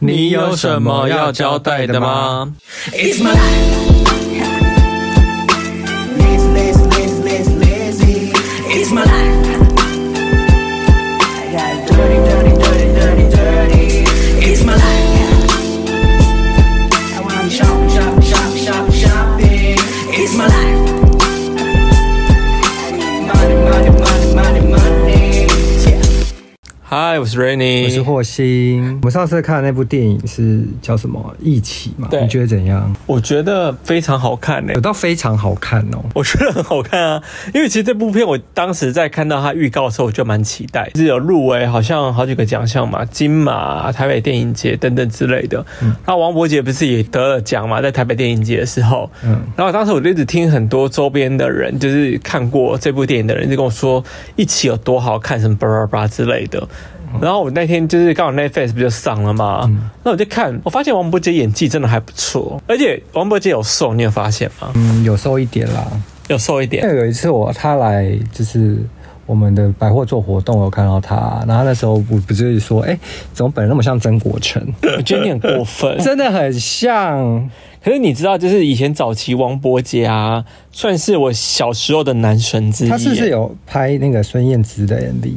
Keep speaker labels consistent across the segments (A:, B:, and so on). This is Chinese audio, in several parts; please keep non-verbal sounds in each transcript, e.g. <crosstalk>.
A: 你有什么要交代的吗？
B: It's my life. Lazy, lazy, lazy, lazy, lazy. It's my life. I got dirty, dirty, dirty, dirty, dirty. It's my life. I wanna shop, shop, shop, shop, shopping. It's my life. I need money, money, money, money, money. Yeah.
A: 嗨，我是
C: 我是
A: Rainy，
C: 霍星。我们上次看的那部电影是叫什么？一起嘛？
A: 对
C: 你觉得怎样？
A: 我觉得非常好看欸呢、
C: 有到非常好看哦。
A: <laughs> 我觉得很好看啊，因为其实这部片我当时在看到它预告的时候，我就蛮期待，是有入围好像好几个奖项嘛，金马、台北电影节等等之类的。那王伯杰不是也得了奖嘛，在台北电影节的时候，
C: 嗯，
A: 然后当时我就一直听很多周边的人，就是看过这部电影的人，就跟我说一起有多好看，什么巴拉巴拉之类的。然后我那天就是刚好 Netflix 不就上了嘛，那我就看，我发现王伯杰演技真的还不错，而且王伯杰有瘦，你有发现吗？
C: 嗯，有瘦一点啦。哎
A: 有瘦一点
C: 因。为有一次我他来就是我们的百货做活动，我有看到他，然后他那时候我不是说，哎、怎么本人那么像曾
A: <laughs>
C: 国成？
A: 我觉得你很过分。
C: 真的很像。
A: 可是你知道，就是以前早期王伯杰啊，算是我小时候的男神之一。
C: 他是不是有拍那个孙燕姿的 MV？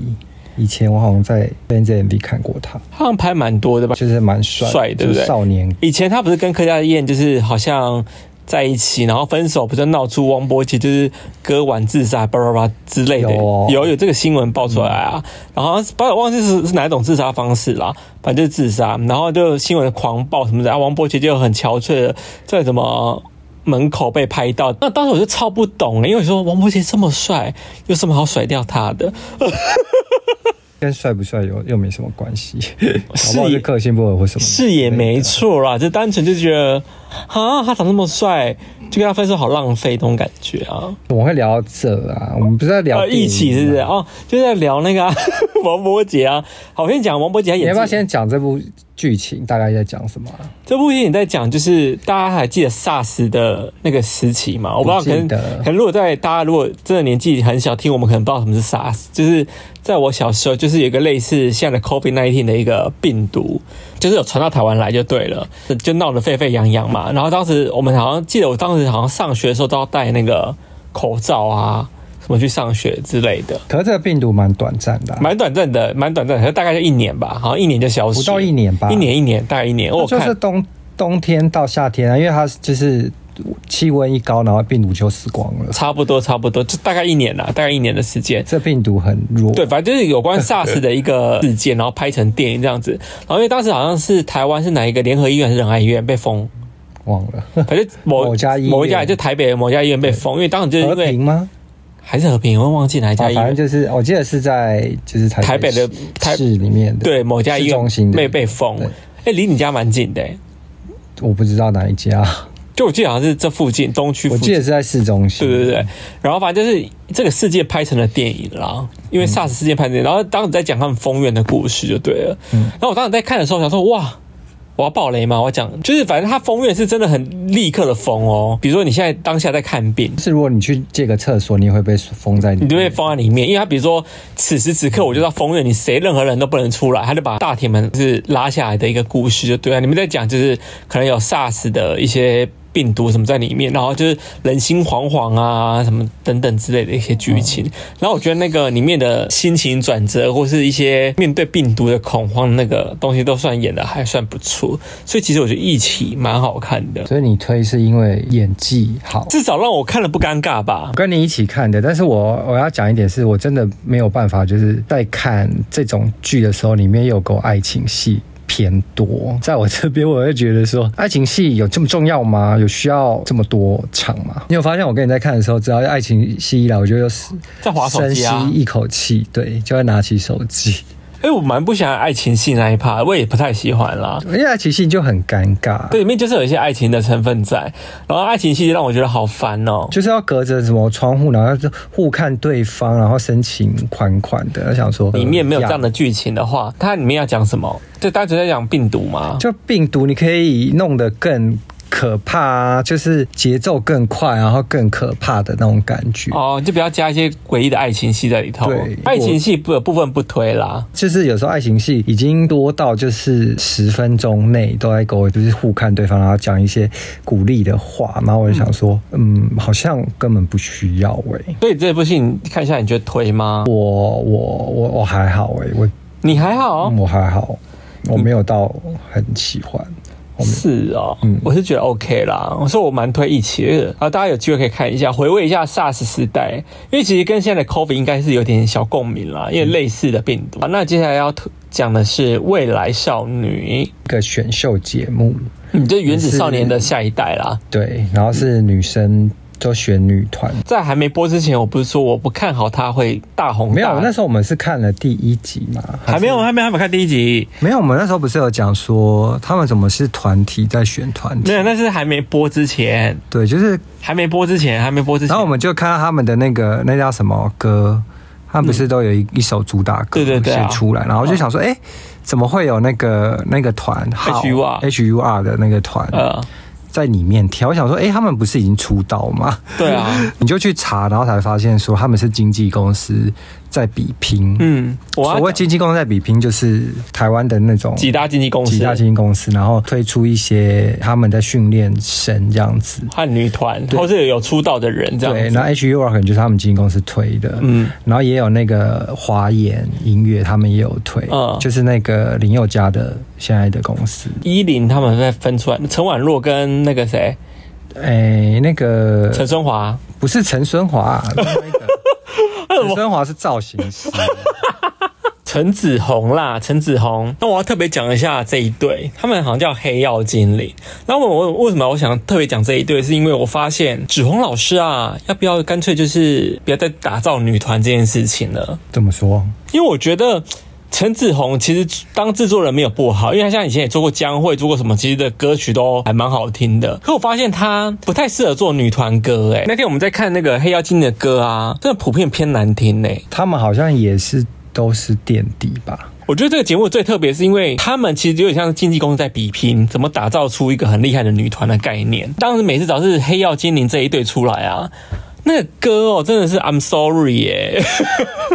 C: 以前我好像在孙燕姿的 MV 看过他，
A: 他好像拍蛮多的吧？
C: 就是蛮帅，
A: 帅对不对
C: 就是少年
A: 以前他不是跟柯佳燕就是好像在一起，然后分手，不是闹出王伯杰就是割腕自杀，叭叭叭之类的，
C: 有哦嗯
A: 有有这个新闻爆出来啊。然后好像是不知道忘记是是哪一种自杀方式啦，反正就是自杀。然后就新闻狂爆什么的，啊，王伯杰就很憔悴的在什么。门口被拍到，那当时我就超不懂、因为我说王伯杰这么帅，有什么好甩掉他的？
C: 跟帅不帅有又没什么关系，
A: 是
C: 搞不好
A: 也
C: 是个性不合或什么的。啊
A: 是也没错啦，就单纯就觉得，啊，他长那么帅，就跟他分手好浪费那种感觉啊。
C: 怎么会聊到这啊？我们不是在聊、
A: 呃，一起是不是？？
C: 啊
A: 哦，就在聊那个、啊、 <laughs> 王伯杰啊。好，我先讲王伯杰他演技。
C: 你要不要先讲这部剧情大概在讲什么啊、
A: 这部电影在讲，就是大家还记得 SARS 的那个时期嘛？我不知道，
C: 不
A: 可
C: 记
A: 能
C: 得
A: 可能如果在大家如果真的年纪很小听，我们可能不知道什么是 SARS。就是在我小时候，就是有一个类似现在的 COVID 1 9的一个病毒，就是有传到台湾来就对了，就闹得沸沸扬扬嘛。然后当时我们好像记得，我当时好像上学的时候都要戴那个口罩啊，什么去上学之类的。
C: 可是这个病毒蛮短暂的啊、
A: 蛮短暂的，蛮短暂的，可是大概就一年吧，好像一年就消失，
C: 不到一年吧
A: 一年一年，大概一年。我有
C: 就
A: 看
C: 是冬冬天到夏天啊，因为它就是气温一高，然后病毒就死光了。
A: 差不多差不多，就大概一年啦，大概一年的时间。
C: 这病毒很弱，
A: 对，，反正就是有关 SARS 的一
C: <laughs>
A: 个事件，然后拍成电影这样子。然后因为当时好像是台湾是哪一个联合医院还是仁爱医院被
C: <laughs>
A: 封，
C: 忘了
A: 反正某
C: 某家医院
A: 某一家就台北的某一家医院被封，因为当时就是
C: 和
A: 因为
C: 平吗？
A: 还是和平，我忘记哪一
C: 啊
A: 家，医
C: 反
A: 院。
C: 正就是我记得是在就是台
A: 台北的
C: 市
A: 台
C: 市里面的，
A: 对，某家医
C: 市中心
A: 院
C: 的
A: 被被封
C: 对，
A: 哎，离你家蛮近的、欸
C: 我不知道哪一家，
A: 就我记得好像是这附近东区附
C: 我
A: 近。
C: 记得是在市中心，
A: 对对对，然后反正就是这个世界拍成了电影啦，因为 SARS 事件拍成电影，然后当时在讲他们封院的故事就对了。然后我当时在看的时候想说，哇，我要爆雷吗？我要讲就是反正他封院是真的很立刻的封哦，比如说你现在当下在看病。
C: 是如果你去借个厕所，你也会被封在里
A: 你就被
C: 面。
A: 封在里面，因为他比如说此时此刻我就要封院，你谁任何人都不能出来，他就把大铁门就是拉下来的一个故事，就对啊。你们在讲就是可能有 SARS 的一些病毒什么在里面，然后就是人心惶惶啊什么等等之类的一些剧情。然后我觉得那个里面的心情转折或是一些面对病毒的恐慌那个东西都算演的还算不错，所以其实我觉得一起蛮好看的，
C: 所以你推是因为演技好。
A: 至少让我看了不尴尬吧
C: 我。跟你一起看的，但是我我要讲一点是，我真的没有办法，就是在看这种剧的时候，里面有狗爱情戏偏多，在我这边我会觉得说，爱情戏有这么重要吗？有需要这么多场吗？你有发现我跟你在看的时候，只要爱情戏一来，我就又是
A: 在滑手
C: 深
A: 机
C: 吸
A: 啊
C: 一口气，对，就会拿起手机，
A: 哎、我蛮不喜欢爱情戏那一趴，我也不太喜欢啦。
C: 因为爱情戏就很尴尬，
A: 这里面就是有一些爱情的成分在，然后爱情戏让我觉得好烦哦。
C: 就是要隔着什么窗户，然后就互看对方，然后深情款款的，想说呃
A: 里面没有这样
C: 的。
A: 的剧情的话，它里面要讲什么？就单纯在讲病毒吗？
C: 就病毒，你可以弄得更可怕啊，就是节奏更快，然后更可怕的那种感觉。
A: 哦，就不要加一些诡异的爱情戏在里头
C: 对。
A: 爱情戏不部分不推啦。
C: 就是有时候爱情戏已经多到就是十分钟内都在跟我就是互看对方，然后讲一些鼓励的话，然后我就想说，嗯，好像根本不需要诶、
A: 所以这部戏你看一下，你觉得推吗？
C: 我我我我还好诶、我、嗯
A: 你还好，哦
C: 我还好，我没有到很喜欢。
A: 是哦，
C: 嗯
A: 我是觉得 OK 啦。我说我蛮推一起的，啊，大家有机会可以看一下，回味一下 SARS 时代，因为其实跟现在的 COVID 应该是有点小共鸣啦，因为类似的病毒。
C: 嗯
A: 啊那接下来要推讲的是未来少女，
C: 一个选秀节目，
A: 你这原子少年的下一代啦。
C: 对，然后是女生都选女团，
A: 在还没播之前，我不是说我不看好它会大红大
C: 没有，那时候我们是看了第一集嘛，
A: 还没有，还没有，还没有看第一集。
C: 没有，我们那时候不是有讲说他们怎么是团体在选团体
A: 没，有，那是还没播之前，
C: 对，就是，
A: 还没播之前，还没播之前。
C: 然后我们就看到他们的那个那叫什么歌，他们不是都有一、一首主打歌
A: 嗯对对对
C: 写
A: 啊
C: 出来，然后我就想说，哎、怎么会有那个那个团
A: HUR
C: H U R 的那个团、
A: 呃，
C: 在里面跳？我想说，哎、他们不是已经出道吗？
A: 对啊，
C: <laughs> 你就去查，然后才发现说他们是经纪公司在比拼。
A: 嗯，我
C: 所
A: 要
C: 谓
A: 讲
C: 经纪公司在比拼，就是台湾的那种
A: 几大经纪公司
C: 几大经纪公司，然后推出一些他们的训练生这样子。
A: 和女团，或是有出道的人这
C: 对，
A: 样子。
C: 那 H U R 可能就是他们经纪公司推的，嗯，然后也有那个华研音乐，他们也有推，
A: 嗯
C: 就是那个林宥嘉的现在的公司，
A: 依林他们在分出来，陈婉若跟那个谁，
C: 哎、那个
A: 陈春华，
C: 不是陈孙华，啊
A: <laughs>
C: 另外一个
A: 哎
C: 陈孙华是造型师，
A: 陈子红啦，陈子红。那我要特别讲一下这一对，他们好像叫黑曜精灵。那我我为什么我想特别讲这一对，是因为我发现子红老师啊，要不要干脆就是不要再打造女团这件事情了？
C: 怎么说？
A: 因为我觉得。陈子红其实当制作人没有不好，因为他像以前也做过江蕙，做过什么，其实的歌曲都还蛮好听的。可我发现他不太适合做女团歌、欸，那天我们在看那个黑妖精的歌啊，真的普遍偏难听呢、欸
C: 他们好像也是都是垫底
A: <laughs>
C: 吧？
A: 我觉得这个节目最特别，是因为他们其实有点像是经纪公司在比拼，怎么打造出一个很厉害的女团的概念。当时每次只要是黑曜精灵这一对出来啊，那个歌哦，真的是 I'm sorry 耶、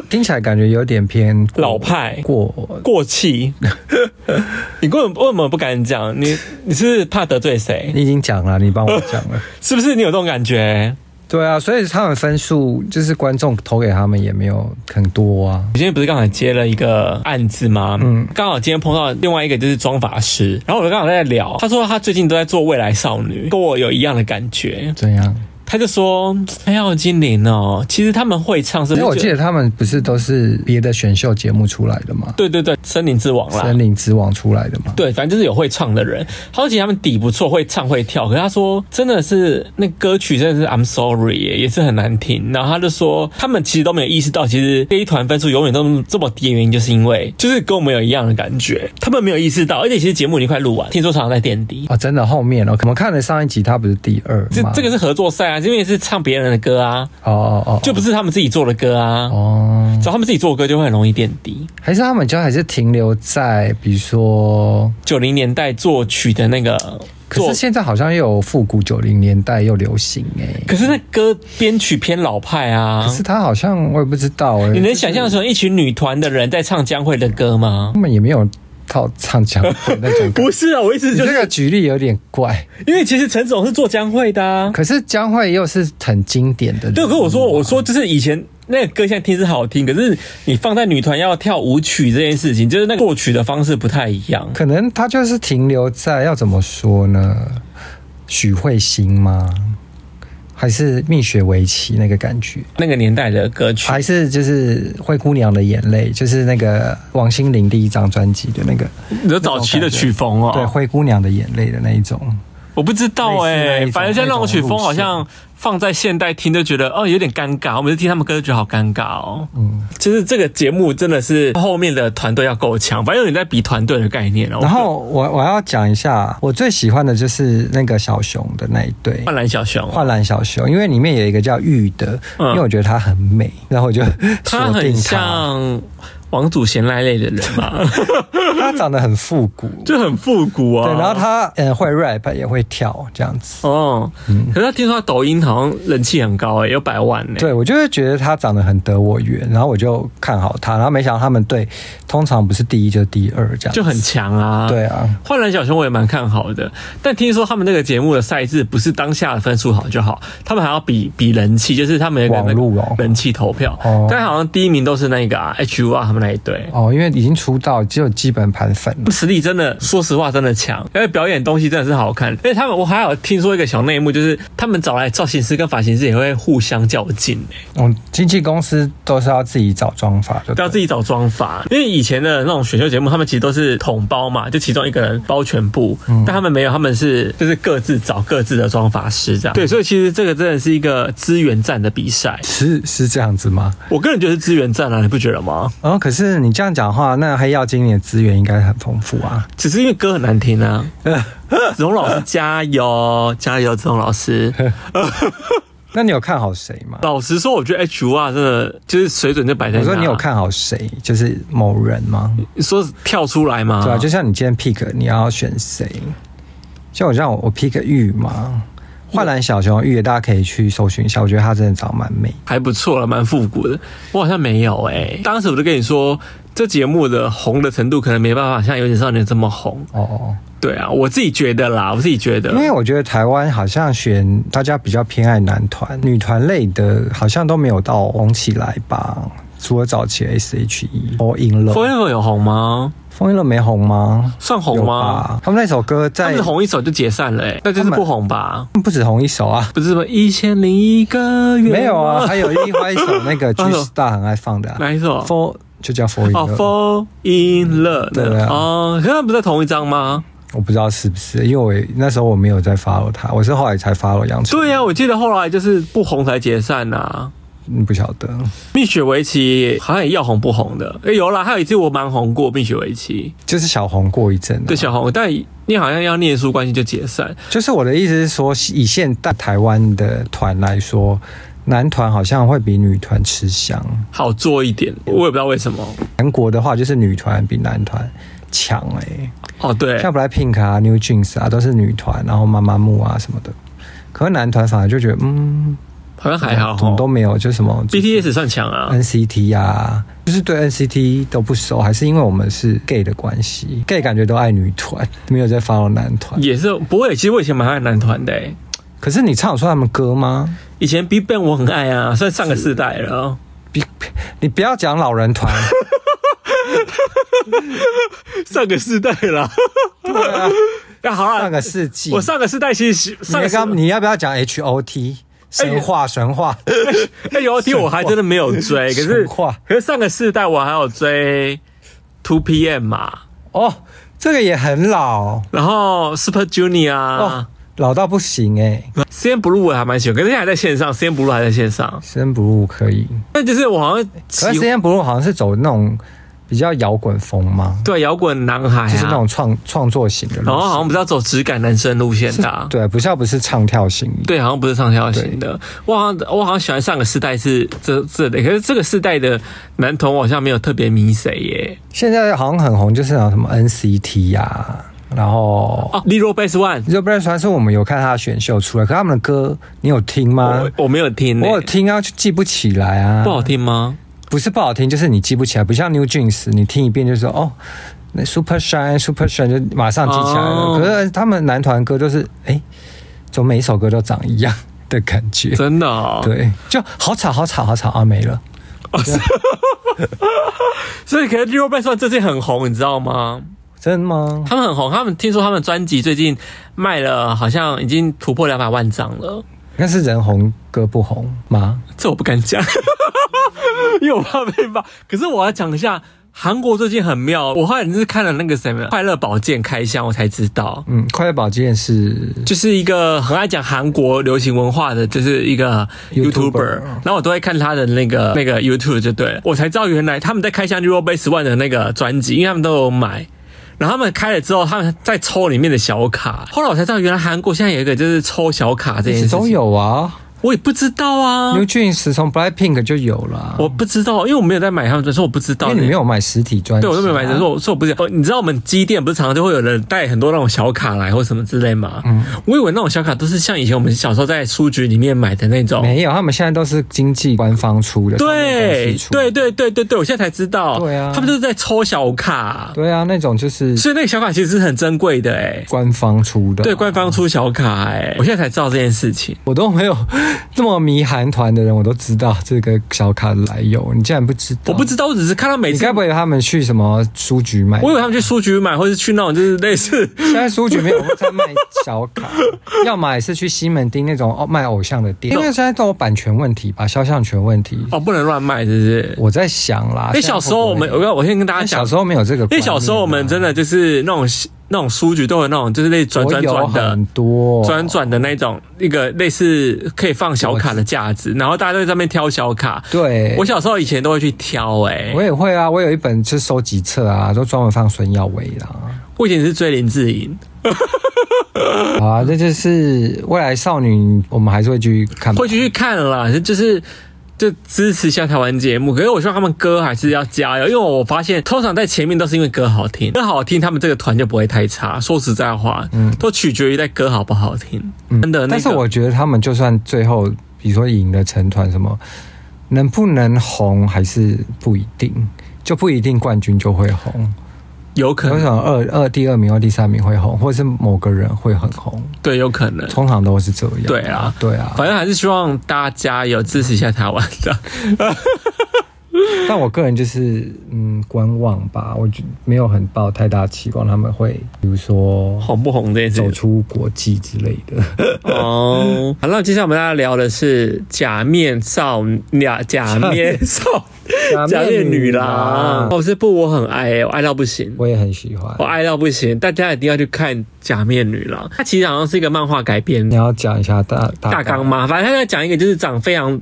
C: 听起来感觉有点偏过
A: <laughs> 老派
C: 过。
A: 过气。 <laughs> 你为什么为什么不敢讲？你你是怕得罪谁？
C: 你已经讲了，你帮我讲
A: <laughs>
C: 了。
A: 是不是你有这种感觉？
C: 对啊，所以他们分数就是观众投给他们也没有很多啊。
A: 我今天不是刚好接了一个案子吗？嗯，刚好今天碰到另外一个就是妆法师，然后我就刚好在聊，他说他最近都在做未来少女，跟我有一样的感觉。
C: 怎样？
A: 他就说：“哎呀，精灵哦，其实他们会唱是
C: 因
A: 不
C: 为
A: 是？
C: 我记得他们不是都是别的选秀节目出来的嘛，
A: 对对对，森林之王啦
C: 森，林之王出来的嘛。
A: 对，反正就是有会唱的人。他说其实他们底不错，会唱会跳。可是他说真的是那歌曲真的是 I'm sorry，耶也是很难听。然后他就说他们其实都没有意识到，其实这一团分数永远都这么低的原因，就是因为就是跟我们有一样的感觉，他们没有意识到。而且其实节目已经快录完，听说常常在垫底。
C: 哦，真的后面哦，我们看了上一集，他不是第二
A: 这
C: 吗？
A: 这个是合作赛啊，因为是唱别人的歌啊，
C: 哦哦哦，
A: 就不是他们自己做的歌啊。
C: 哦，
A: 只要他们自己做的歌就会很容易垫底。
C: 还是他们就还是停留在比如说，
A: 九零年代作曲的那个
C: 可
A: 作
C: 是现在好像又有复古九零年代又流行哎、
A: 可是那歌编曲偏老派啊
C: 可。是他好像我也不知道哎、
A: 你能想象成一群女团的人在唱江蕙的歌吗？
C: 他们也没有套唱腔的那种感觉。
A: 不是啊，我意思
C: 你
A: 就
C: 这
A: 是，
C: 个举例有点怪，
A: 因为其实陈总是做江蕙的啊。
C: 可是江蕙又是很经典的。
A: 对，可我说，我说就是以前那个歌现在听是好听，可是你放在女团要跳舞曲这件事情，就是那个作曲的方式不太一样。
C: 可能他就是停留在要怎么说呢？许慧欣吗？还是蜜雪薇琪那个感觉？
A: 那个年代的歌曲，
C: 还是就是《灰姑娘的眼泪》，就是那个王心凌第一张专辑的那个，
A: 你说早期的曲风哦，
C: 对，《灰姑娘的眼泪》的那一种。
A: 我不知道哎、
C: 类似那一种
A: 反正像那种曲风，好像放在现代听就觉得哦有点尴尬。我每次听他们歌就觉得好尴尬哦。嗯，就是这个节目真的是后面的团队要够强，反正有点在比团队的概念哦。
C: 然后我我要讲一下，我最喜欢的就是那个小熊的那一对。
A: 灌篮小熊，
C: 幻蓝小熊，因为里面有一个叫玉的，
A: 嗯
C: 因为我觉得她
A: <laughs>
C: 很美，然后我就
A: 他
C: 锁
A: 很
C: 定
A: <laughs>
C: 她。
A: 像王祖贤那一类的人嘛。
C: 他长得很复
A: <laughs>
C: 古，
A: 就很复古啊。
C: 对，然后他嗯会 rap 也会跳这样子。
A: 哦，
C: 嗯
A: 可是他听说他抖音好像人气很高欸诶、有百万诶、
C: 对，我就是觉得他长得很得我缘，然后我就看好他，然后没想到他们队通常不是第一就是第二这样子，
A: 就很强啊。
C: 对啊，
A: 灌篮小熊我也蛮看好的，但听说他们那个节目的赛制不是当下的分数好就好，他们还要比比人气，就是他们有一个那个
C: 网络哦
A: 人气投票，
C: 哦
A: 但好像第一名都是那个、啊、H U R 他们那一队。
C: 哦，因为已经出道，只有基本盘粉了。
A: 实力真的，说实话真的强，而且表演东西真的是好看。而且他们，我还有听说一个小内幕，就是他们找来造型师跟发型师也会互相较劲、欸
C: 嗯，经纪公司都是要自己找妆法的，
A: 都要自己找妆发，因为以前的那种选秀节目，他们其实都是统包嘛，就其中一个人包全部，但他们没有，他们是就是各自找各自的妆发师这样。对，所以其实这个真的是一个资源战的比赛，
C: 是是这样子吗？
A: 我个人觉得是资源战啊，你不觉得吗？
C: 然、哦后可是你这样讲的话，那黑曜今年的资源应该很丰富啊。
A: 只是因为歌很难听 <laughs> 啊。子龙老师加油，加油，子龙老师。
C: 那你有看好谁啊吗？
A: 老实说，我觉得 H U R 真的就是水准就摆在那。啊
C: 我说你有，看好谁，就是某人吗？
A: 说跳出来吗？
C: 对啊，就像你今天 pick，你要选谁？像我让我我 pick 玉嘛，《幻蓝小熊》玉，大家可以去搜寻一下，我觉得她真的长得蛮美。
A: 还不错了，蛮复古的。我好像没有哎、当时我就跟你说，这节目的红的程度可能没办法像《有点少年》这么红。
C: 哦哦，
A: 对啊，我自己觉得啦，我自己觉
C: 因为
A: 得。
C: 我觉得台湾好像选大家比较偏爱男团、女团类的，好像都没有到红起来吧。除了早期 E
A: 嗯
C: S.H.E、Fall in Love、
A: Forever 有红吗？
C: Fall in Love 没红吗？
A: 算红
C: 有
A: 吗？
C: 吧？他们那首歌
A: 他
C: 在
A: 们红一首就解散了、欸，那就是不红吧？
C: 不止红一
A: <laughs>
C: 首啊，
A: 不是什么一千零一个月？
C: 没有
A: <laughs>
C: 啊，，还有另外一首那个 G
A: 哪首
C: Star 很爱放的、啊
A: 哪一首？
C: Fall 就叫 Fall in
A: 哦
C: Love，、
A: ，Fall in Love
C: 对啊
A: 哦，可是他们不是在同一张吗？
C: 我不知道是不是，因为我也那时候我没有在 follow 他，我是后来才 follow 杨丞。
A: 对呀、啊，我记得后来就是不红才解散呐、啊。
C: 嗯，不晓得。
A: 蜜雪围棋好像也要红不红的，诶有啦，还有一次我蛮红过蜜雪围棋，
C: 就是小红过一阵、啊，
A: 对小红，但你好像要念书关系就解散，
C: 就是我的意思是说，以现代台湾的团来说，男团好像会比女团吃香。
A: 好做一点，我也不知道为什么。
C: 韩国的话，就是女团比男团强哎、
A: 哦，对，
C: 像 BLACKPINK 啊、New Jeans 啊，都是女团，然后妈妈木啊什么的。可是男团反而就觉得，嗯，
A: 好像还好
C: 怎么
A: 哦
C: 都没有，就什么
A: BTS 算强
C: 嗯
A: 啊，
C: NCT 啊，就是对 NCT 都不熟，还是因为我们是 gay 的关系，gay 感觉都爱女团，没有在 follow 男团。
A: 也是不会。其实我以前蛮爱男团的、诶
C: 可是你唱得出他们歌吗？
A: 以前 Big Bang 我很爱啊，算上个世代了哦。
C: 别，你不要讲老人
A: <laughs>
C: 团，
A: 上个世代 <laughs> 啦。
C: 对啊，
A: 那、好啦，
C: 上个世纪。
A: 我上个世代其实
C: 你
A: 上个世哎
C: 刚你要不要讲 HOT 神话神话？
A: 那有 T 哎我还真的没有追，可是
C: 神话
A: 可是上个世代我还有追 Two PM 嘛。
C: 哦，这个也很老
A: 然后 Super Junior 啊
C: 哦，老到不行哎、
A: ，CN Blue 我还蛮喜欢，可是现在还在线上，CN Blue 还在线上。
C: 森不入可以，
A: 但就是我好像
C: 可是
A: 喜
C: CN 不入好像是走那种比较摇滚风嘛，
A: 对摇滚男孩啊，
C: 就是那种创创作型的路线。
A: 然后哦好像不是要走质感男生路线的啊、
C: 对，不像不是唱跳型。
A: 对，好像不是上条型的。我好像我好像喜欢上个世代是这这类，可是这个世代的男童我好像没有特别迷谁耶。
C: 现在好像很红，就是那种什么 NCT 呀、啊然后
A: 哦 l i r o Base One，
C: 热不热传是我们有看他的选秀出来，可他们的歌你有听吗？
A: 我我没有听
C: 啊我
A: 耶，
C: 有听啊，就记不起来啊。
A: 不好，听吗？
C: 不是不好听，就是你记不起来，不像 New Jeans，你听一遍就说哦，那 Super Shine Super Shine 就马上记起来了。
A: 哦
C: 可是他们男团歌都是哎，怎么每一首歌都长一样的感觉？
A: 真的、哦，
C: 对，就好吵好吵好吵啊，没了。
A: 所以可是 l i r o Base One 最近很红，你知道吗？
C: 真的吗？
A: 他们很红，他们听说他们专辑最近卖了，好像已经突破两百万张了。
C: 那是人红歌不红吗？
A: 这我不敢讲， <laughs> 因为我怕被骂。可是我要讲一下，韩国最近很妙。我后来是看了那个什么《快乐宝剑》开箱，我才知道，
C: 嗯，快乐宝剑是
A: 就是一个很爱讲韩国流行文化的，就是一个
C: YouTuber
A: YouTuber。然后我都会看他的那个那个 YouTube 就对了，我才知道原来他们在开箱 Euro Base One 的那个专辑，因为他们都有买。然后他们开了之后，他们在抽里面的小卡。后来我才知道，原来韩国现在有一个就是抽小卡这件
C: 一
A: 事
C: 直
A: 情。
C: 都有啊。
A: 我也不知道啊，
C: New Jeans 从 Black Pink 就有了，
A: 我不知道，因为我没有在买他们的专辑，所以我不知道、
C: 因为你没有买实体专辑、
A: 对，
C: 啊
A: 我都没有买，所以。我说我不是，哦你知道我们机店不是常常就会有人带很多那种小卡来或什么之类吗？嗯，我以为那种小卡都是像以前我们小时候在书局里面买的那种。
C: 没有，他们现在都是经纪官方出的，唱片
A: 对
C: 公司出的
A: 对对对对对，我现在才知道，
C: 对啊
A: 他们就是在抽小卡，
C: 对啊，那种就是
A: 所以那个小卡其实是很珍贵的哎、
C: 官方出的，
A: 对，官方出小卡哎、我现在才知道这件事情。
C: 我都没有 <laughs> 这么迷韩团的人，我都知道这个小卡的来由，你竟然不知道？
A: 我不，知道，我只是看到每
C: 啊你
A: 次
C: 该，不会他们去什么书局买？
A: 我以为他们去书局买，或是去那种就是类似，
C: 现在书局没有在卖小
A: <laughs>
C: 卡，要买是去西门町那种哦卖偶像的店，因为现在都有版权问题吧，肖像权问题。
A: 哦，不能乱卖，是不是？
C: 我啊在想啦，
A: 因为小时候我们，我我先跟大
C: 因
A: 家
C: 为
A: 讲
C: 哎小，时候没有这个观
A: 因
C: 念啊，
A: 为小时候我们真的就是那种那种书局都有那种就是类似转
C: 我
A: 转
C: 有
A: 转的
C: 很。多
A: 转转的那种，一个类似可以放小卡的架子，然后大家都在上面挑小卡。
C: 对
A: 我小时候以前都会去挑、欸，
C: 我
A: 哎，
C: 也会啊，我有一本就是收集册啊，都专门放孙耀威啦。
A: 我以前是追林志颖，
C: 好 <laughs> 啊，这就是未来少女，我们还是会继续看吧，
A: 会继续看啦，就是。就支持一下台湾节目，可是我希望他们歌还是要加油，因为我发现通常在前面都是因为歌好听，歌好听，他们这个团就不会太差。说实在话，嗯，都取决于在歌好不好听，真的。
C: 但是
A: 那个
C: 我觉得他们就算最后，比如说赢了成团什么，能不能红还是不一定，就不一定冠军就会红。
A: 有可
C: 有
A: 能
C: 什么二二第二名或第三名会红，或者是某个人会很红，
A: 对，有可能。
C: 通常都是这样。
A: 对啊
C: 对啊。
A: 反正还是希望大家有支持一下台湾 <laughs> 的。
C: 但我个人就是嗯观望吧，我就没有很抱太大期望，他们会比如说
A: 红不红这件
C: 走
A: 事
C: 出国际之类
A: <laughs>
C: 的。
A: 哦。好，那接下来我们大家聊的是假面少假假面少假面女
C: 啊
A: 郎。哦，这部我很爱、欸，我爱到不行。
C: 我也很喜欢
A: 我。爱到不行，大家一定要去看《假面女郎》。它其实好像是一个漫画改编
C: 你，要讲一下大大
A: 大纲嘛，反正他在讲一个就是长非常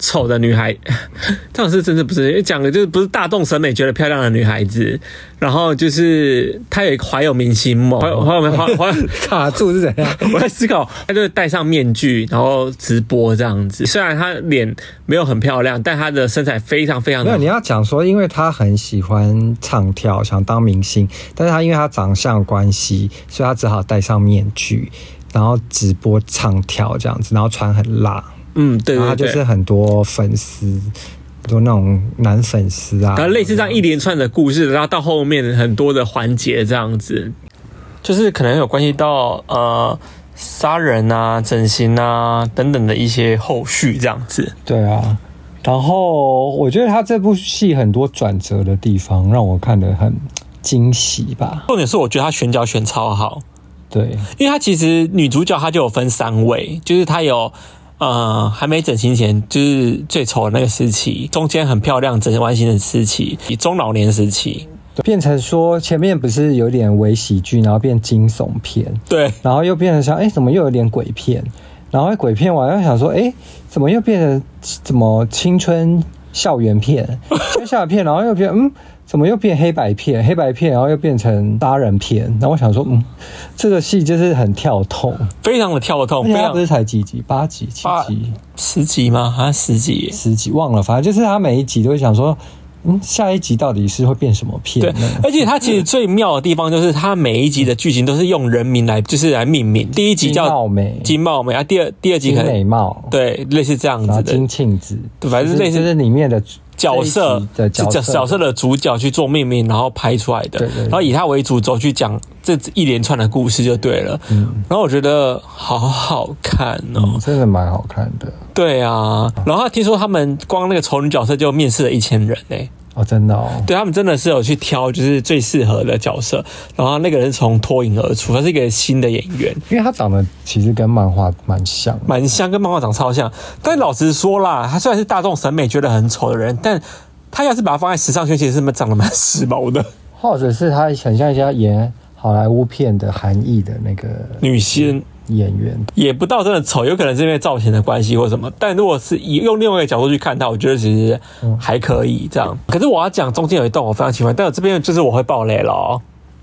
A: 丑的女孩， <laughs> 这种事真的不是讲的，就是不是大众审美觉得漂亮的女孩子，然后就是她也怀有明星梦，怀有怀有怀有怀有。 <laughs>
C: 卡住是怎样？
A: 我在思考，她就是戴上面具，然后直播这样子。虽然她脸没有很漂亮，但她的身材非常非常
C: 没有，
A: 的
C: 你要讲说，因为他很喜欢唱跳，想当明星，但是他因为他长相关系，所以他只好戴上面具，然后直播唱跳这样子，然后穿很辣，
A: 嗯，对
C: 然后
A: 对
C: 他就
A: 对。
C: 是很多粉丝，很多那种男粉丝啊，
A: 然后类似这样一连串的故事，然后到后面很多的环节这样子，就是可能有关系到呃杀人啊、整形啊等等的一些后续这样子。
C: 对啊。然后我觉得他这部戏很多转折的地方，让我看得很惊喜吧。
A: 重点是我觉得他选角选超好，
C: 对，
A: 因为他其实女主角她就有分三位，就是她有。呃，还没整形前就是最丑的那个时期，中间很漂亮整完形的时期，以中老年时期，
C: 变成说前面不是有点微喜剧，然后变惊悚片，
A: 对，
C: 然后又变成像，哎、怎么又有点鬼片？然后鬼片完又想说，哎、怎么又变成怎么青春校园片、 <laughs> 青春校园片？然后又变，嗯，怎么又变黑白片？黑白片，然后又变成杀人片。然后我想说，嗯，这个戏就是很跳痛，
A: 非常的跳动，
C: 而
A: 非
C: 且它
A: 常
C: 不是才几集，八集、七
A: 八
C: 集、
A: 十集吗？好像十集耶，
C: 十集，忘了，反正就是他每一集都会想说，嗯，下一集到底是会变什么片
A: 对哎
C: 呢？，
A: 而且它其实最妙的地方就是，它每一集的剧情都是用人名来，就是来命名。第一集
C: 金
A: 叫
C: 茂美
A: 金茂美啊，第二第二集
C: 金
A: 可
C: 美
A: 能
C: 貌，
A: 对类似这样
C: 然后
A: 子的
C: 金庆子，
A: 对反正
C: 就是
A: 类似
C: 就是里面的
A: 角
C: 这一
A: 色
C: 集的
A: 是
C: 角
A: 角角色的主角去做命名，然后拍出来的，
C: 对对对
A: 然后以他为主轴去讲这一连串的故事就对了。
C: 嗯
A: 然后我觉得好好看哦，
C: 真的蛮好看的
A: 对啊。然后听说他们光那个丑女角色就面试了一千人呢、
C: 哦，真的哦。
A: 对他们真的是有去挑，就是最适合的角色。然后那个人是从脱颖而出，他是一个新的演员，
C: 因为他长得其实跟漫画蛮像，
A: 蛮像，跟漫画长超像。但老实说啦，他虽然是大众审美觉得很丑的人，但他要是把他放在时尚圈，其实是长得蛮时髦的
C: 或者是他很像一些演好莱坞片的韩裔的那个
A: 女星。
C: 演员。
A: 也不到真的丑，有可能是因为造型的关系或什么。但如果是以用另外一个角度去看它，我觉得其实还可以这样。
C: 嗯
A: 可是我要讲中间有一段我非常喜欢，但我这边就是我会爆雷了哦。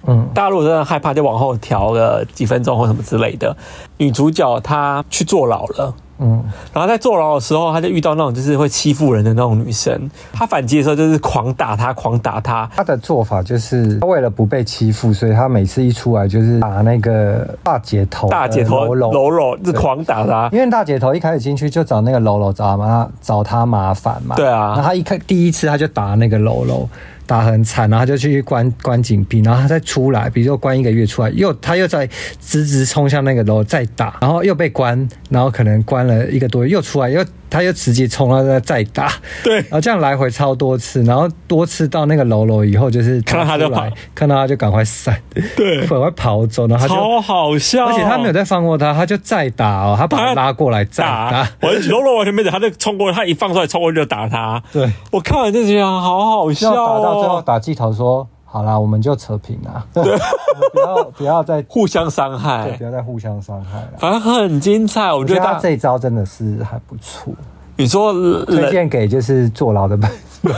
C: 嗯，
A: 大家如果真的害怕，就往后调个几分钟或什么之类的。女主角她去坐牢了，
C: 嗯，
A: 然后在坐牢的时候，他就遇到那种就是会欺负人的那种女生，他反击的时候就是狂打她，狂打她，
C: 他的做法就是他为了不被欺负，所以他每次一出来就是打那个大姐头，
A: 大姐头
C: 柔
A: 柔柔就是狂打她。
C: 因为大姐头一开始进去就找那个柔柔找麻找他麻烦嘛，
A: 对啊
C: 然后他一开第一次他就打那个柔柔，打很惨，然后他就去关关紧闭，然后他再出来，比如说关一个月出来，又他又在直直冲向那个楼再打，然后又被关，然后可能关了一个多月又出来，又他又直接冲，然后再再
A: <laughs>
C: 打，
A: 对
C: 然后这样来回超多次，然后多次到那个楼楼以后就是
A: 看到他就
C: 出来
A: 跑，
C: 看到他就赶快闪，
A: 对
C: <laughs> 赶快跑走，然后他就。
A: 超好笑，
C: 而且他没有在放过他，他就再打哦，他把
A: 哦他
C: 他拉过来再打
A: 打，，我柔柔完全没打，他就冲过来，他一放出来冲过去就打他。
C: 对，
A: 我看完就觉得好好
C: 就
A: 笑
C: 打到最后
A: 哦，
C: 打鸡头说，好啦，我们就扯平啦，我们 <laughs> 不要不要
A: <laughs>
C: 再
A: 互相伤
C: 对
A: 害
C: 不，要再互相伤害了。
A: 反正很精彩。我
C: 我
A: 觉得
C: 觉得他
A: 大
C: 这一招真的是还不错，
A: 你说
C: 推
A: 冷
C: 荐给就是坐牢的朋友，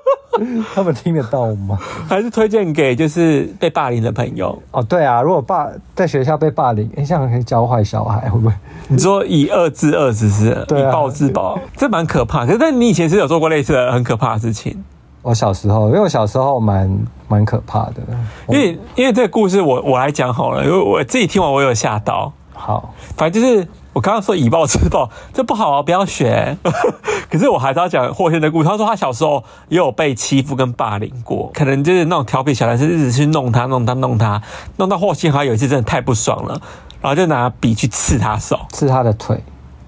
C: <laughs> 他们听得到吗？
A: 还是推荐给就是被霸凌的朋友？
C: 哦，对啊，如果霸在学校被霸凌，哎、这样可以教坏小孩，会不会？
A: 你说以恶制恶，只是
C: 对
A: 以
C: 啊
A: 暴制暴，这蛮可怕。可是，但你以前是有做过类似的很可怕的事情，
C: 我小时候，因为我小时候蛮蛮可怕的，
A: 因为因为这个故事我我来讲好了，因为我自己听完我有吓到。
C: 好，
A: 反正就是我刚刚说以暴制暴，这不好啊，不要学。 <laughs> 可是我还是要讲霍先的故事。他说他小时候也有被欺负跟霸凌过，可能就是那种调皮小男生一直去弄他、弄他、弄他，弄到霍先好像有一次真的太不爽了，然后就拿笔去刺他手、
C: 是他的腿，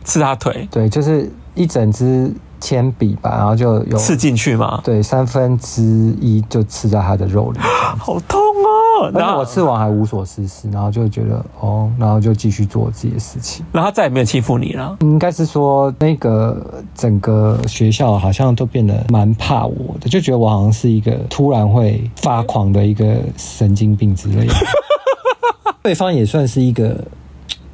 A: 刺他腿，
C: 对，就是一整支铅笔吧，然后就有
A: 刺进去嘛，
C: 对，三分之一就刺在他的肉里，
A: 好痛哦。
C: 而
A: 然
C: 且
A: 后
C: 我刺完还无所事事，然后就觉得哦，然后就继续做自己的事情。
A: 然后他再也没有欺负你了。
C: 应该是说那个整个学校好像都变得蛮怕我的，就觉得我好像是一个突然会发狂的一个神经病之类的。对方也算是一个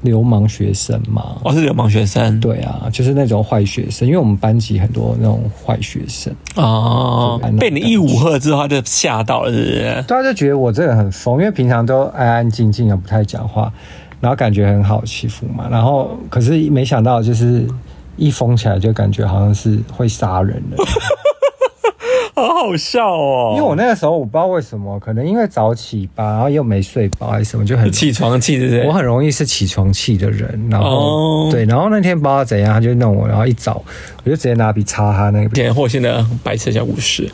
C: 流氓学生嘛。
A: 我、是流氓学生，
C: 对啊，就是那种坏学生，因为我们班级很多那种坏学生，
A: 哦
C: 对，
A: 被你一舞喝之后，他就吓到了，是不是？
C: 大家啊就觉得我这个人很疯，因为平常都安安静静的，不太讲话，然后感觉很好欺负嘛。然后可是没想到，就是一疯起来就感觉好像是会杀人
A: <laughs>
C: 的。
A: 好好笑哦，
C: 因为我那个时候我不知道为什么，可能因为早起吧，然后又没睡饱还是什么，就很
A: 起床气， <laughs> 对不对？
C: 我很容易是起床气的人。然后、
A: 哦
C: 对，然后那天不知道怎样，他就弄我，然后一早我就直接拿笔插他那个
A: 以。前或现在白痴小故事。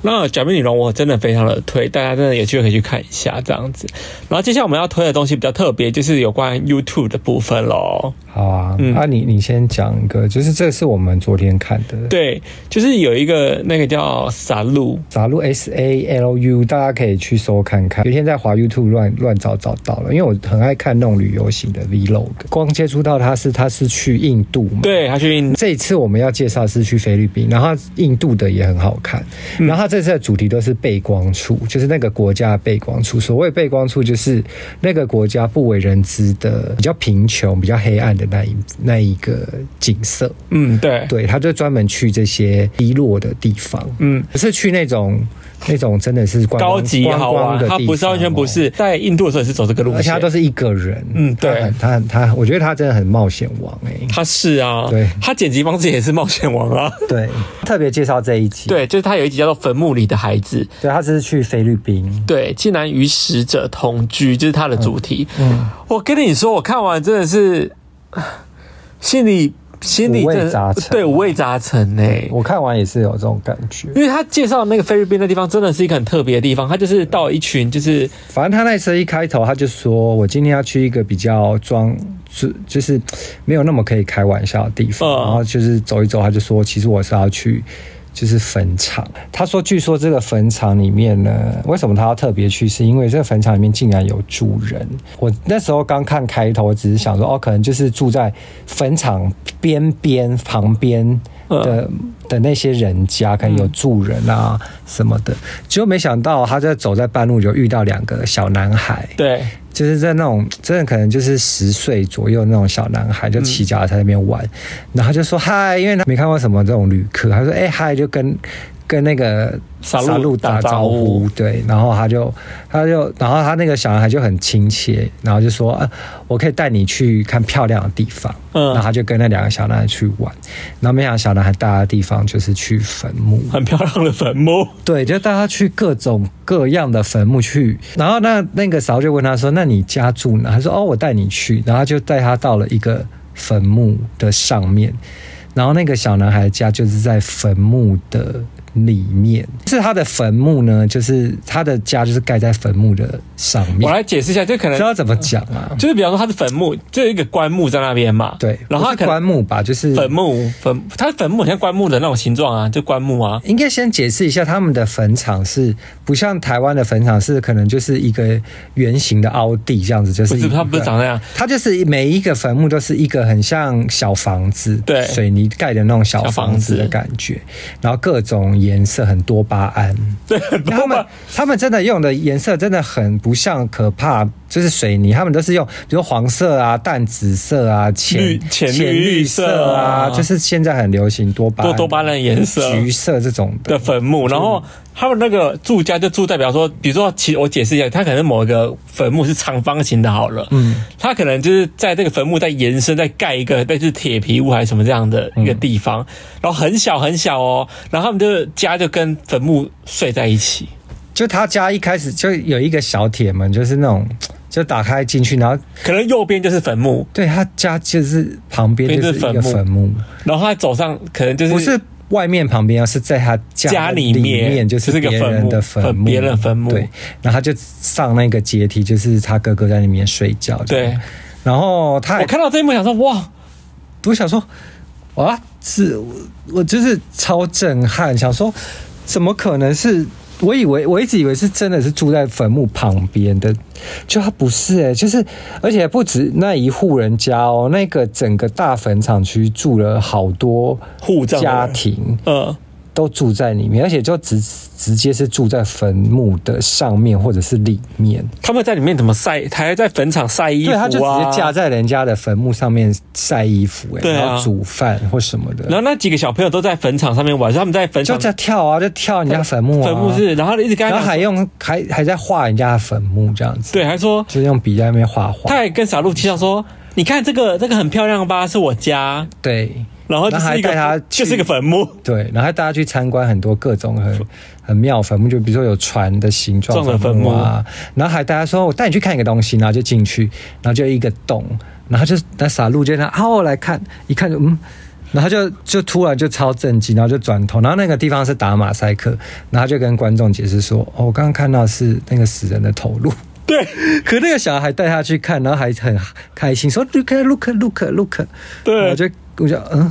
A: 那假面女郎我真的非常的推，大家真的有机会可以去看一下这样子。然后接下来我们要推的东西比较特别，就是有关 YouTube 的部分喽。
C: 好啊，
A: 嗯
C: 那、你你先讲一个，就是这是我们昨天看的。
A: 对，就是有一个那个叫傻路，
C: 杂路 S A L U，大家可以去搜看看。有一天在滑 YouTube 乱乱找找到了，因为我很爱看那种旅游型的 Vlog。光接触到他是他是去印度嘛，
A: 对，他去印
C: 这一次我们要介绍是去菲律宾，然后它印度的也很好看。然后它这次的主题都是背光处，就是那个国家的背光处。所谓背光处，就是那个国家不为人知的、比较贫穷、比较黑暗的那一那一个景色。
A: 嗯，对，
C: 对，他就专门去这些低落的地方，
A: 嗯，
C: 不是去那种那种真的是观光
A: 高级
C: 观
A: 好
C: 光
A: 玩，
C: 的地
A: 他
C: 方，
A: 不是完全不
C: 哦。
A: 是在印度的时候也是走这个路
C: 而且他
A: 线
C: 都。是一个人，
A: 嗯对
C: 他很他很他，我觉得他真的很冒险王哎、
A: 他是啊，
C: 对
A: 他剪辑方式也是冒险王啊，
C: <laughs> 对，特别介绍这一
A: <laughs>
C: 集，
A: 对，就是他有一集叫做《坟墓里的孩子》，
C: 对，他只是去菲律宾，
A: 对，竟然与死者同居，这、是它的主题。
C: 嗯
A: 我跟你说，我看完真的是唉心里心里
C: 五味
A: 真的
C: 杂陈啊
A: 对五味杂陈呢、
C: 我看完也是有这种感觉。
A: 因为他介绍那个菲律宾的地方，真的是一个很特别的地方。他就是到一群就是
C: 反正他那次一开头，他就说我今天要去一个比较装，就就是没有那么可以开玩笑的地方，
A: 嗯
C: 然后就是走一走，他就说其实我是要去。就是坟场，他说，据说这个坟场里面呢，为什么他要特别去？是因为这个坟场里面竟然有住人。我那时候刚看开头，我只是想说，哦，可能就是住在坟场边边旁边的、的那些人家，可能有住人啊什么的。结果没想到，他在走在半路就遇到两个小男孩，
A: 对
C: 就是在那种真的可能就是十岁左右那种小男孩，就骑
A: 嗯
C: 脚踏车在那边玩，然后他就说嗨，因为他没看过什么这种旅客，他说哎、嗨，就跟跟那个
A: 傻鹿
C: 打
A: 打招
C: 招
A: 呼
C: 呼，对，然后他就他就然后他那个小男孩就很亲切，然后就说啊，我可以带你去看漂亮的地方，
A: 嗯
C: 然后他就跟那两个小男孩去玩，然后没想到小男孩带他的地方就是去坟墓，
A: 很漂亮的坟墓，
C: 对，就带他去各种各样的坟墓去。然后那那个嫂就问他说：“那你家住哪？”他说：“哦，我带你去。”然后他就带他到了一个坟墓的上面，然后那个小男孩家就是在坟墓的里面，是他的坟墓呢，就是他的家就是盖在坟墓的上
A: <laughs> 我
C: 面。
A: 来解释一下，就可
C: 知道
A: 能
C: 怎么讲啊？
A: 就是比方说它是坟墓，就有一个棺木在那边嘛，
C: 对，
A: 然后它
C: 不是
A: 可
C: 棺
A: 能
C: 木吧，就是
A: 坟墓坟，它坟墓很像棺木的那种形状啊，就棺木啊，
C: 应该先解释一下，他们的坟场是不像台湾的坟场是可能就是一个圆形的凹地这样子，就是
A: 不
C: 一
A: 是
C: 个
A: 它不是长那样，
C: 它就是每一个坟墓都是一个很像小房子，
A: 对
C: 水泥盖的那种小
A: 小房
C: 房子的
A: 子
C: 感觉，然后各种颜色很多巴胺，
A: <laughs> 对，很
C: 他
A: 多
C: 们
A: 吧，
C: 他们真的用的颜色真的很不像可怕，就是水泥，他们都是用比如黄色啊、淡紫色啊、浅
A: 绿浅
C: 浅
A: 绿
C: 绿
A: 色
C: 色啊，
A: 啊
C: 就是现在很流行多巴胺
A: 多多巴胺的颜色
C: 橘色这种的
A: 的。坟墓，然后他们那个住家就住代表说，比如说，其我解释一下，它可能某一个坟墓是长方形的，好了，嗯，它可能就是在这个坟墓再延伸，再盖一个类似铁皮屋还是什么这样的一个地
C: 嗯
A: 方，然后很小很小哦，然后他们就家就跟坟墓睡在一起，
C: 就他家一开始就有一个小铁门，就是那种就打开进去，然后
A: 可能右边就是坟墓，
C: 对他家就是旁边
A: 边
C: 就是是一个
A: 坟墓
C: 坟墓，
A: 然后他走上可能就是
C: 不是外面旁边，而是在他家
A: 家
C: 里
A: 里面
C: 就是
A: 就是一个
C: 别人的坟
A: 坟
C: 墓，
A: 墓别人的坟墓
C: 对，然后他就上那个阶梯，就是他哥哥在里面睡觉。
A: 对，
C: 然后他
A: 我
C: 还
A: 看到这一幕想说哇，
C: 我想说，哇，是我我就是超震撼，想说怎么可能是？我以为我一直以为是真的是住在坟墓旁边的，就他不是哎、就是而且不止那一户人家哦，那个整个大坟场区住了好多
A: 户这样的
C: 家
A: 人
C: 庭
A: 呃，
C: 都住在里面，而且就直直接是住在坟墓的上面或者是里面，
A: 他们在里面怎么晒，还在坟场晒衣服
C: 对，
A: 啊，
C: 他就直接架在人家的坟墓上面晒衣服、欸，
A: 对啊
C: 然后煮饭或什么的，
A: 然后那几个小朋友都在坟场上面玩，所以他们在坟
C: 就
A: 场
C: 在跳啊，就跳人家坟墓啊，
A: 坟墓，是，然后一直跟
C: 然
A: 他
C: 后还
A: 讲，
C: 用还还在画人家的坟墓这样子，
A: 对，还说，
C: 就是用笔在那边画画
A: 他，还跟傻鹿介绍说，你看这个这个很漂亮吧，是我家，
C: 对
A: 然后就是一
C: 然后还带他
A: 个
C: 去
A: 就是一个坟墓， <laughs>
C: 对，然后还带大家去参观很多各种很很妙的坟墓，就比如说有船的形状
A: 撞了坟墓
C: 啊，然后还大家说我哦带你去看一个东西，然后就进去，然后就一个洞，然后就那傻路就那啊我来看，一看就嗯。然后就就突然就超震惊，然后就转头，然后那个地方是打马赛克，然后就跟观众解释说：“哦，我刚刚看到是那个死人的头颅。”
A: 对，
C: 可那个小孩带他去看，然后还很开心，说 look look look look，
A: 对
C: 我就我就嗯，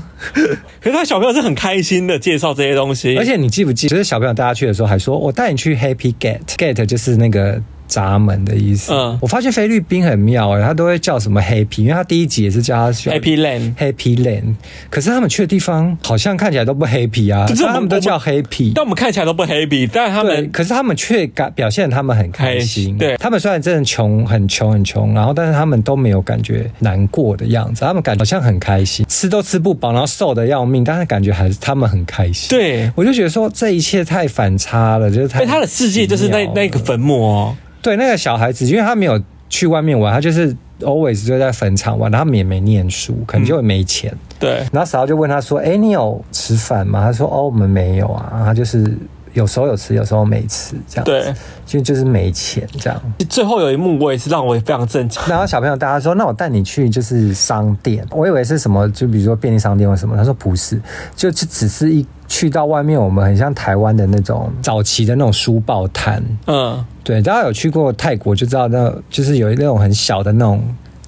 A: 可是他小朋友是很开心的介绍这些东西，
C: 而且你记不记，就是小朋友带他去的时候，还说我带你去 Happy Gate，Gate 就是那个。闸门的意思。
A: 嗯
C: 我发现菲律宾很妙哎、他都会叫什么 Happy，因为他第一集也是叫他小
A: Happy Land
C: Happy Land，可是他们去的地方好像看起来都不 Happy 啊，
A: 就是我们
C: 他们都叫
A: 我们
C: Happy。
A: 但我们看起来都不 happy，但他
C: 对，
A: 们
C: 可是他们却感表现他们很开
A: 开
C: 心。
A: 心对
C: 他们虽然真的穷，很穷，很穷，然后但是他们都没有感觉难过的样子，他们感觉好像很开心，吃都吃不饱，然后瘦的要命，但是感觉还是他们很开心。
A: 对
C: 我就觉得说这一切太反差了，就是太
A: 哎，他的世界就是那
C: 奇妙了
A: 那个坟墓哦，
C: 对那个小孩子，因为他没有去外面玩，他就是 always 就在坟场玩，然后他们也没念书，可能就没钱。
A: 对，
C: 然后嫂子就问他说：“哎，你有吃饭吗？”他说：“哦，我们没有啊。”他就是有时候有吃，有时候没吃，这样子
A: 对，
C: 就就是没钱这样。
A: 最后有一幕我也是让我非常震惊，
C: 然后小朋友大家说：“那我带你去就是商店。”我以为是什么，就比如说便利商店或什么。他说不是，就就只是一去到外面，我们很像台湾的那种早期的那种书报摊。
A: 嗯，
C: 对，大家有去过泰国就知道那，就是有那种很小的那种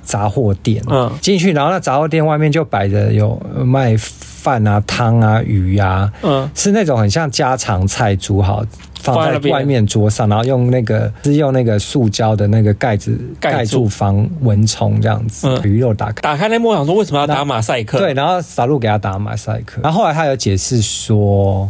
C: 杂货店，
A: 嗯
C: 进去，然后那杂货店外面就摆着有呃卖饭啊、汤啊、鱼啊，
A: 嗯
C: 是那种很像家常菜煮好。放
A: 放在
C: 在
A: 那边
C: 外面桌上，然后用那个是用那个塑胶的那个盖子
A: 盖住
C: 盖住防蚊虫这样子，
A: 嗯
C: 鱼肉打开。
A: 打开那幕我想说为什么要打马赛
C: <laughs>
A: 克？
C: 对，，然后撒路给他打马赛克，然后后来他有解释说，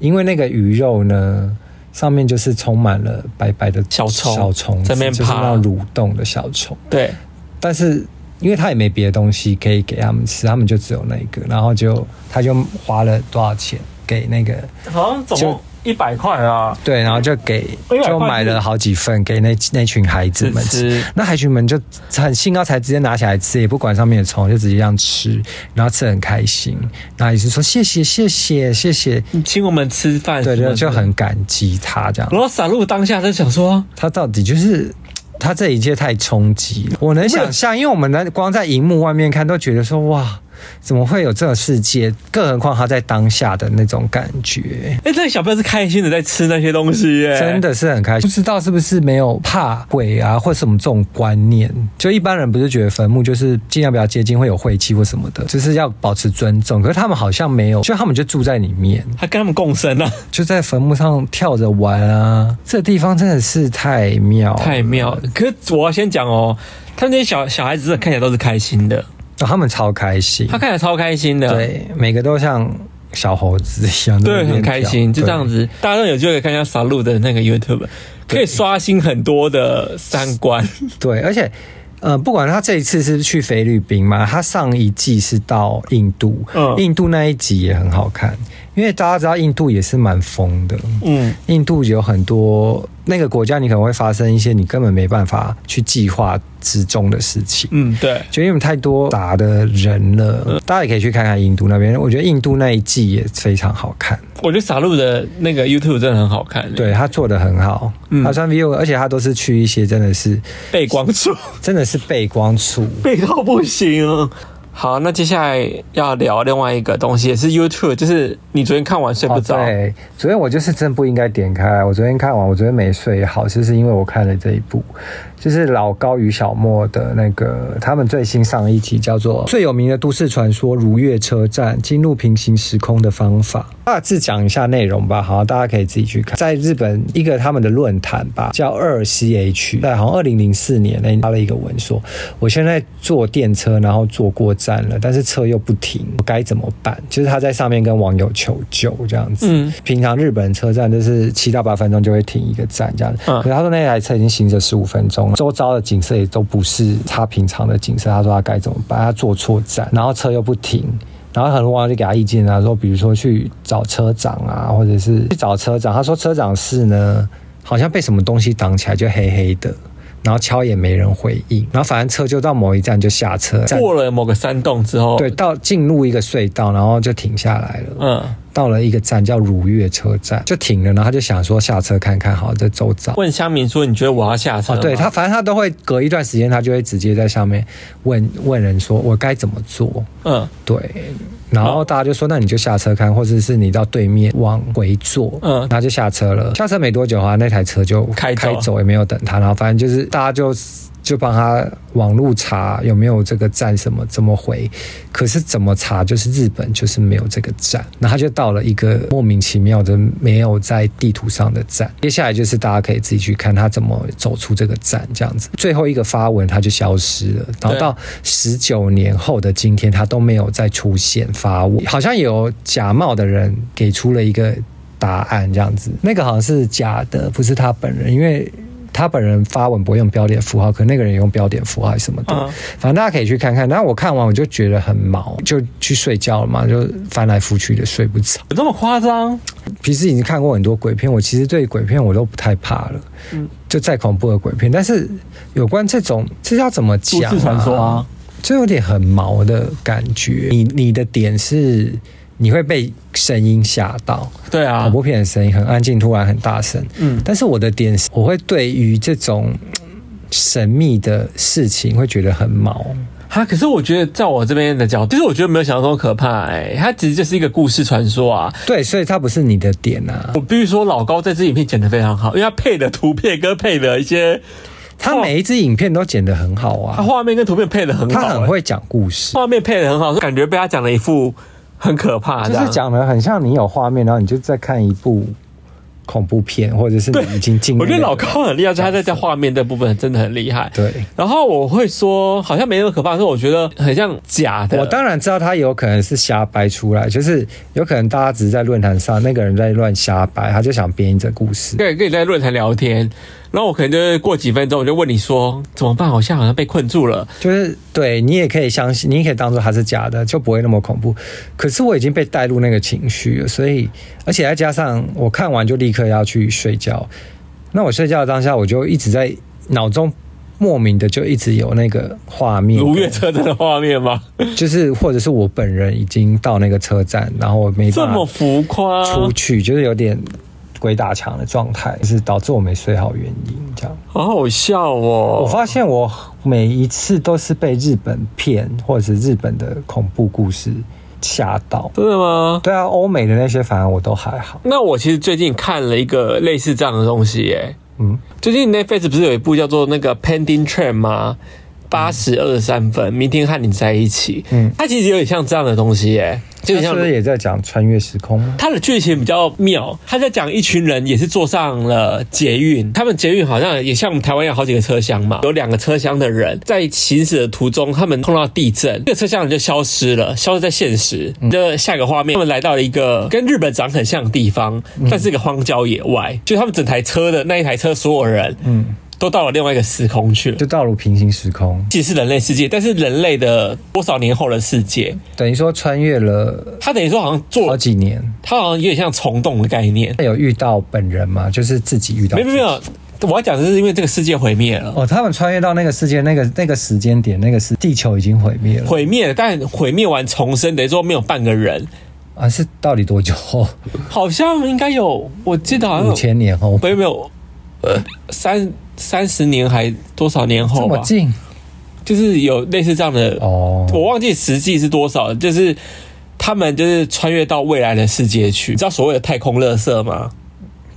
C: 因为那个鱼肉呢，上面就是充满了白白的
A: 小虫
C: 小虫子
A: 在那边
C: 就是
A: 爬
C: 那种蠕动的小虫，
A: 对，
C: 但是因为他也没别的东西可以给他们吃，他们就只有那一个，然后就他就花了多少钱，给那个
A: 好像总共一百块啊，
C: 对，然后就给
A: 哎呀
C: 就买了好几份给那那群孩子们
A: 是
C: 吃
A: 是，
C: 那孩群们就很兴高采直接拿起来吃，也不管上面的虫，就直接这样吃，然后吃得很开心，然后也是说谢谢谢谢谢谢，
A: 你请我们吃饭什么
C: 对
A: 的，
C: 对，就很感激他这样。
A: 然后散路当下在想说，
C: 他到底就是。他这一切太冲击了，我能想象，因为我们能光在荧幕外面看，都觉得说哇，怎么会有这种世界？更何况他在当下的那种感觉，
A: 哎、这个小朋友是开心的在吃那些东西耶、
C: 真的是很开心。不知道是不是没有怕鬼啊，或什么这种观念？就一般人不是觉得坟墓就是尽量不要接近，会有晦气或什么的，就是要保持尊重。可是他们好像没有，就他们就住在里面，
A: 他跟他们共生啊，
C: 就在坟墓上跳着玩啊。这地方真的是太妙了，
A: 哦太妙了。可是我要先讲哦，他们这些小小孩子真的看起来都是开心的，
C: 哦他们超开心。
A: 他看起来超开心的，
C: 对，每个都像小猴子一样，
A: 对，很开心，就这样
C: 子。
A: 子。大家都有机会可以看一下傻路的那个 YouTube，可以刷新很多的三观。
C: 对，而且。呃，不管他这一次是去菲律宾嘛，他上一季是到印度，
A: 嗯
C: 印度那一集也很好看，因为大家知道印度也是蛮疯的，
A: 嗯，
C: 印度有很多那个国家你可能会发生一些你根本没办法去计划之中的事情，
A: 嗯，对，
C: 就因为太多打的人了，大家也可以去看看印度那边，我觉得印度那一季也非常好看。
A: 我觉得傻路的那个 YouTube 真的很好看，
C: 对，他做的很好，
A: 嗯
C: 他穿 V O，而且他都是去一些真的是
A: 背光处
C: 真的是背光处，
A: <laughs> 背到不行、好，那接下来要聊另外一个东西，也是 YouTube，就是你昨天看完睡不着，
C: 哦对，昨天我就是真不应该点开，我昨天看完，我昨天没睡好，就是因为我看了这一部，就是老高与小莫的那个他们最新上一集叫做《最有名的都市传说：如月车站进入平行时空的方法》。大致讲一下内容吧，好，大家可以自己去看。在日本一个他们的论坛吧，叫二 CH，在好像二零零四年那发了一个文说，我现在坐电车，然后坐过站了，但是车又不停，我该怎么办？就是他在上面跟网友求救这样子。
A: 嗯，
C: 平常日本车站就是七到八分钟就会停一个站这样子，
A: 嗯
C: 可是他说那台车已经行驶十五分钟了，周遭的景色也都不是他平常的景色，他说他该怎么办？他坐错站，然后车又不停。然后很多网友就给他意见啊，说比如说去找车长啊，或者是去找车长。他说车长室呢，好像被什么东西挡起来，就黑黑的，然后敲也没人回应，然后反正车就到某一站就下车，站
A: 过了某个山洞之后，
C: 对，，到进入一个隧道，然后就停下来了。
A: 嗯，
C: 到了一个站叫如月车站，就停了，然后他就想说下车看看，好，这周遭。
A: 问乡民说你觉得我要下车
C: 哦，
A: 哦吗、
C: 对他，反正他都会隔一段时间，他就会直接在上面问问人说，我该怎么做？
A: 嗯
C: 对，然后
A: 好
C: 大家就说，那你就下车看，或者是你到对面往回坐，
A: 嗯
C: 然后就下车了。下车没多久啊，那台车就
A: 开走
C: 开走，也没有等他，然后反正就是大家就就帮他网路查有没有这个站什么怎么回，可是怎么查就是日本就是没有这个站，然后他就到了一个莫名其妙的没有在地图上的站。接下来就是大家可以自己去看他怎么走出这个站这样子。最后一个发文他就消失了，然后
A: 对
C: 到十九年后的今天，他都没有再出现发文，好像有假冒的人给出了一个答案这样子，那个好像是假的，不是他本人，因为。他本人发文不会用标点符号，可那个人也用标点符号还是什么的，
A: 嗯
C: 反正大家可以去看看。但我看完我就觉得很毛，就去睡觉了嘛，就翻来覆去的睡不着。
A: 有这么夸张？
C: 平时已经看过很多鬼片，我其实对鬼片我都不太怕了，
A: 嗯
C: 就再恐怖的鬼片。但是有关这种，这要怎么讲、啊？
A: 都市传说啊，
C: 就有点很毛的感觉。你你的点是你会被声音吓到，
A: 对啊
C: 恐，怖片的声音很安静，突然很大声。
A: 嗯
C: 但是我的点是，我会对于这种嗯神秘的事情会觉得很毛。
A: 啊，可是我觉得在我这边的角度，其实我觉得没有想象中可怕、欸，它其实就是一个故事传说啊。
C: 对，所以它不是你的点啊
A: 我，必须说，老高在这影片剪得非常好，因为他配的图片跟配的一些，
C: 它每一支影片都剪得很好
A: 他
C: 啊，
A: 画面跟图片配的很好、
C: 它很
A: 欸
C: 会讲故事。
A: 画面配的很好，感觉被他讲了一副很可怕啊
C: 就
A: 这样，
C: 是讲的很像你有画面，然后你就在看一部恐怖片，或者是你已经进入
A: 我
C: 那
A: 觉
C: 个。
A: 得老啊高很厉害，就是他在在画面这部分真的很厉害。
C: 对。
A: 然后我会说，好像没那么可怕，但是我觉得很像假的。
C: 我当然知道他有可能是瞎掰出来，就是有可能大家只是在论坛上那个人在乱瞎掰，他就想编一个故事。
A: 对跟你在论坛聊天，然后我可能就是过几分钟，我就问你说怎么办？我现在好像被困住了。
C: 就是对你也可以相信，你也可以当做它是假的，就不会那么恐怖。可是我已经被带入那个情绪了，所以而且再加上我看完就立刻要去睡觉，那我睡觉的当下我就一直在脑中莫名的就一直有那个画面，
A: 如月车站的画面吗？
C: 就是或者是我本人已经到那个车站，然后我没
A: 这
C: 办
A: 么
C: 法
A: 浮夸，
C: 出去，就是有点鬼打墙的状态，就是导致我没睡好原因这样。
A: 好好笑
C: 我
A: 哦！
C: 发现我每一次都是被日本片或者是日本的恐怖故事吓到。
A: 真的吗？
C: 对啊，欧美的那些反而我都还好。
A: 那我其实最近看了一个类似这样的东西、耶。
C: 嗯，
A: 最近 Netflix 不是有一部叫做那个《Pending Train》吗？八十二三分，明天和你在一起。嗯
C: 嗯，
A: 它其实有点像这样的东西、耶，就有点
C: 他是
A: 像
C: 不是也在讲穿越时空吗？
A: 它的剧情比较妙，它在讲一群人也是坐上了捷运，他们捷运好像也像我们台湾有好几个车厢嘛，有两个车厢的人在行驶的途中，他们碰到地震，这个车厢人就消失了，消失在现实。这下一个画面，他们来到了一个跟日本长很像的地方，但是一个荒郊野外，就他们整台车的那一台车所有人，嗯，都到了另外一个时空去了。
C: 就到了平行时空，
A: 既是人类世界，但是人类的多少年后的世界，
C: 等于说穿越了
A: 它等于说好像
C: 好
A: 做，
C: 几年。
A: 它好像有点像虫洞的概念。
C: 那有遇到本人吗？就是自己遇到
A: 没
C: 自
A: 有
C: 己？
A: 没有，我要讲的是因为这个世界毁灭了，
C: 哦，他们穿越到那个世界，那个那个时间点，那个是地球已经毁灭了
A: 毁灭了，但毁灭完重生，等于说没有半个人，
C: 啊？是到底多久后？
A: 好像应该有，我记得好像
C: 五
A: 有
C: 千年后？
A: 啊没有没有，呃，三三十年还多少年
C: 这
A: 后
C: 么
A: 吧，
C: 近
A: 就是有类似这样的，
C: 哦？
A: 我忘记实际是多少了，就是。他们就是穿越到未来的世界去，你知道所谓的太空垃圾吗？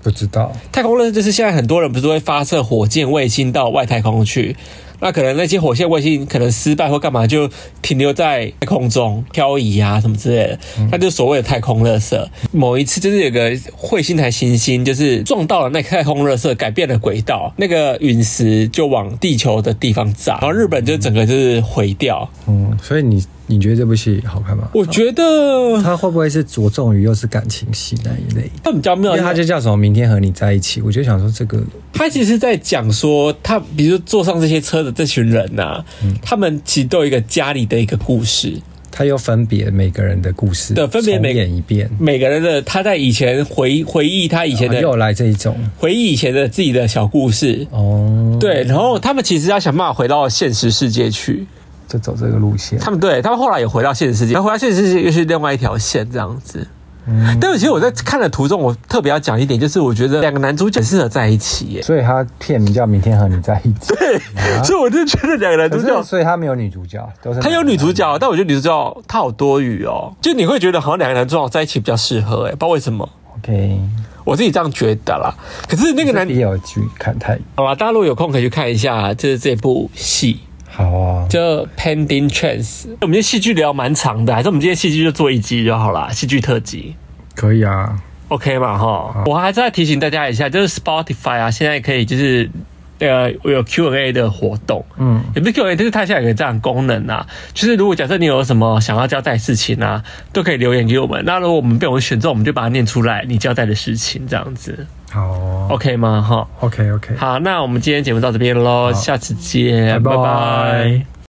C: 不知道。
A: 太空垃圾就是现在很多人不是会发射火箭、卫星到外太空去，那可能那些火箭、卫星可能失败或干嘛，就停留在太空中漂移啊什么之类的，那就是所谓的太空垃圾。某一次就是有个彗星台行星就是撞到了那个太空垃圾，改变了轨道，那个陨石就往地球的地方砸，然后日本就整个就是毁掉。
C: 嗯，所以你你觉得这部戏好看吗？
A: 我觉
C: <laughs>
A: 得
C: 它会不会是着重于又是感情戏那一
A: <laughs>
C: 类？
A: 它比较
C: 因
A: 妙，
C: 为它就叫什么“明天和你在一起”，我就想说这个
A: 他其实在讲说，他比如说坐上这些车的这群人呐、
C: 嗯
A: 他们其实都有一个家里的一个故事，
C: 它又分别每个人的故事，
A: 对分别每
C: 重演一遍，
A: 每个人的他在以前回回忆他以前
C: 啊又
A: 的
C: 来这一种
A: 回忆以前的自己的小故事，
C: 哦，，
A: 对，然后他们其实要想办法回到现实世界去，
C: 就走这个路线。
A: 他们对他们后来也回到现实世界，然后回到现实世界又是另外一条线这样子。
C: 嗯
A: 但是其实我在看的途中，我特别要讲一点，就是我觉得两个男主角很适合在一起耶，
C: 所以它片名叫《明天和你在一
A: <laughs>
C: 起》，
A: 所以我就觉得两个男
C: 啊可
A: 主
C: 是
A: 角
C: 所以它没有女主角，都是
A: 她有女主角，但我觉得女主角她好多余哦，就你会觉得好像两个男主角在一起比较适合、哎，不知道为什么，
C: ，OK，
A: 我自己这样觉得啦。可是那个男
C: 也，有剧看太
A: 好啦，大家如果有空可以去看一下，就是这部戏
C: 好啊，
A: 叫《Pending Chance》。我们今天戏剧聊蛮长的，还是我们今天戏剧就做一集就好啦，戏剧特辑。
C: 可以啊，
A: OK 嘛哈，我还是要提醒大家一下，就是 Spotify 啊，现在可以就是呃我有 Q&A 的活动，嗯
C: 嗯，
A: 也不是 Q&A，就是它现在有个这样的功能啊，就是如果假设你有什么想要交代的事情啊，都可以留言给我们。那如果我们被我们选中，我们就把它念出来，你交代的事情这样子
C: 好哦
A: ，OK 吗哈？
C: ，OK OK，
A: 好，那我们今天节目到这边喽，下次见，
C: 拜
A: 拜
C: 拜
A: 拜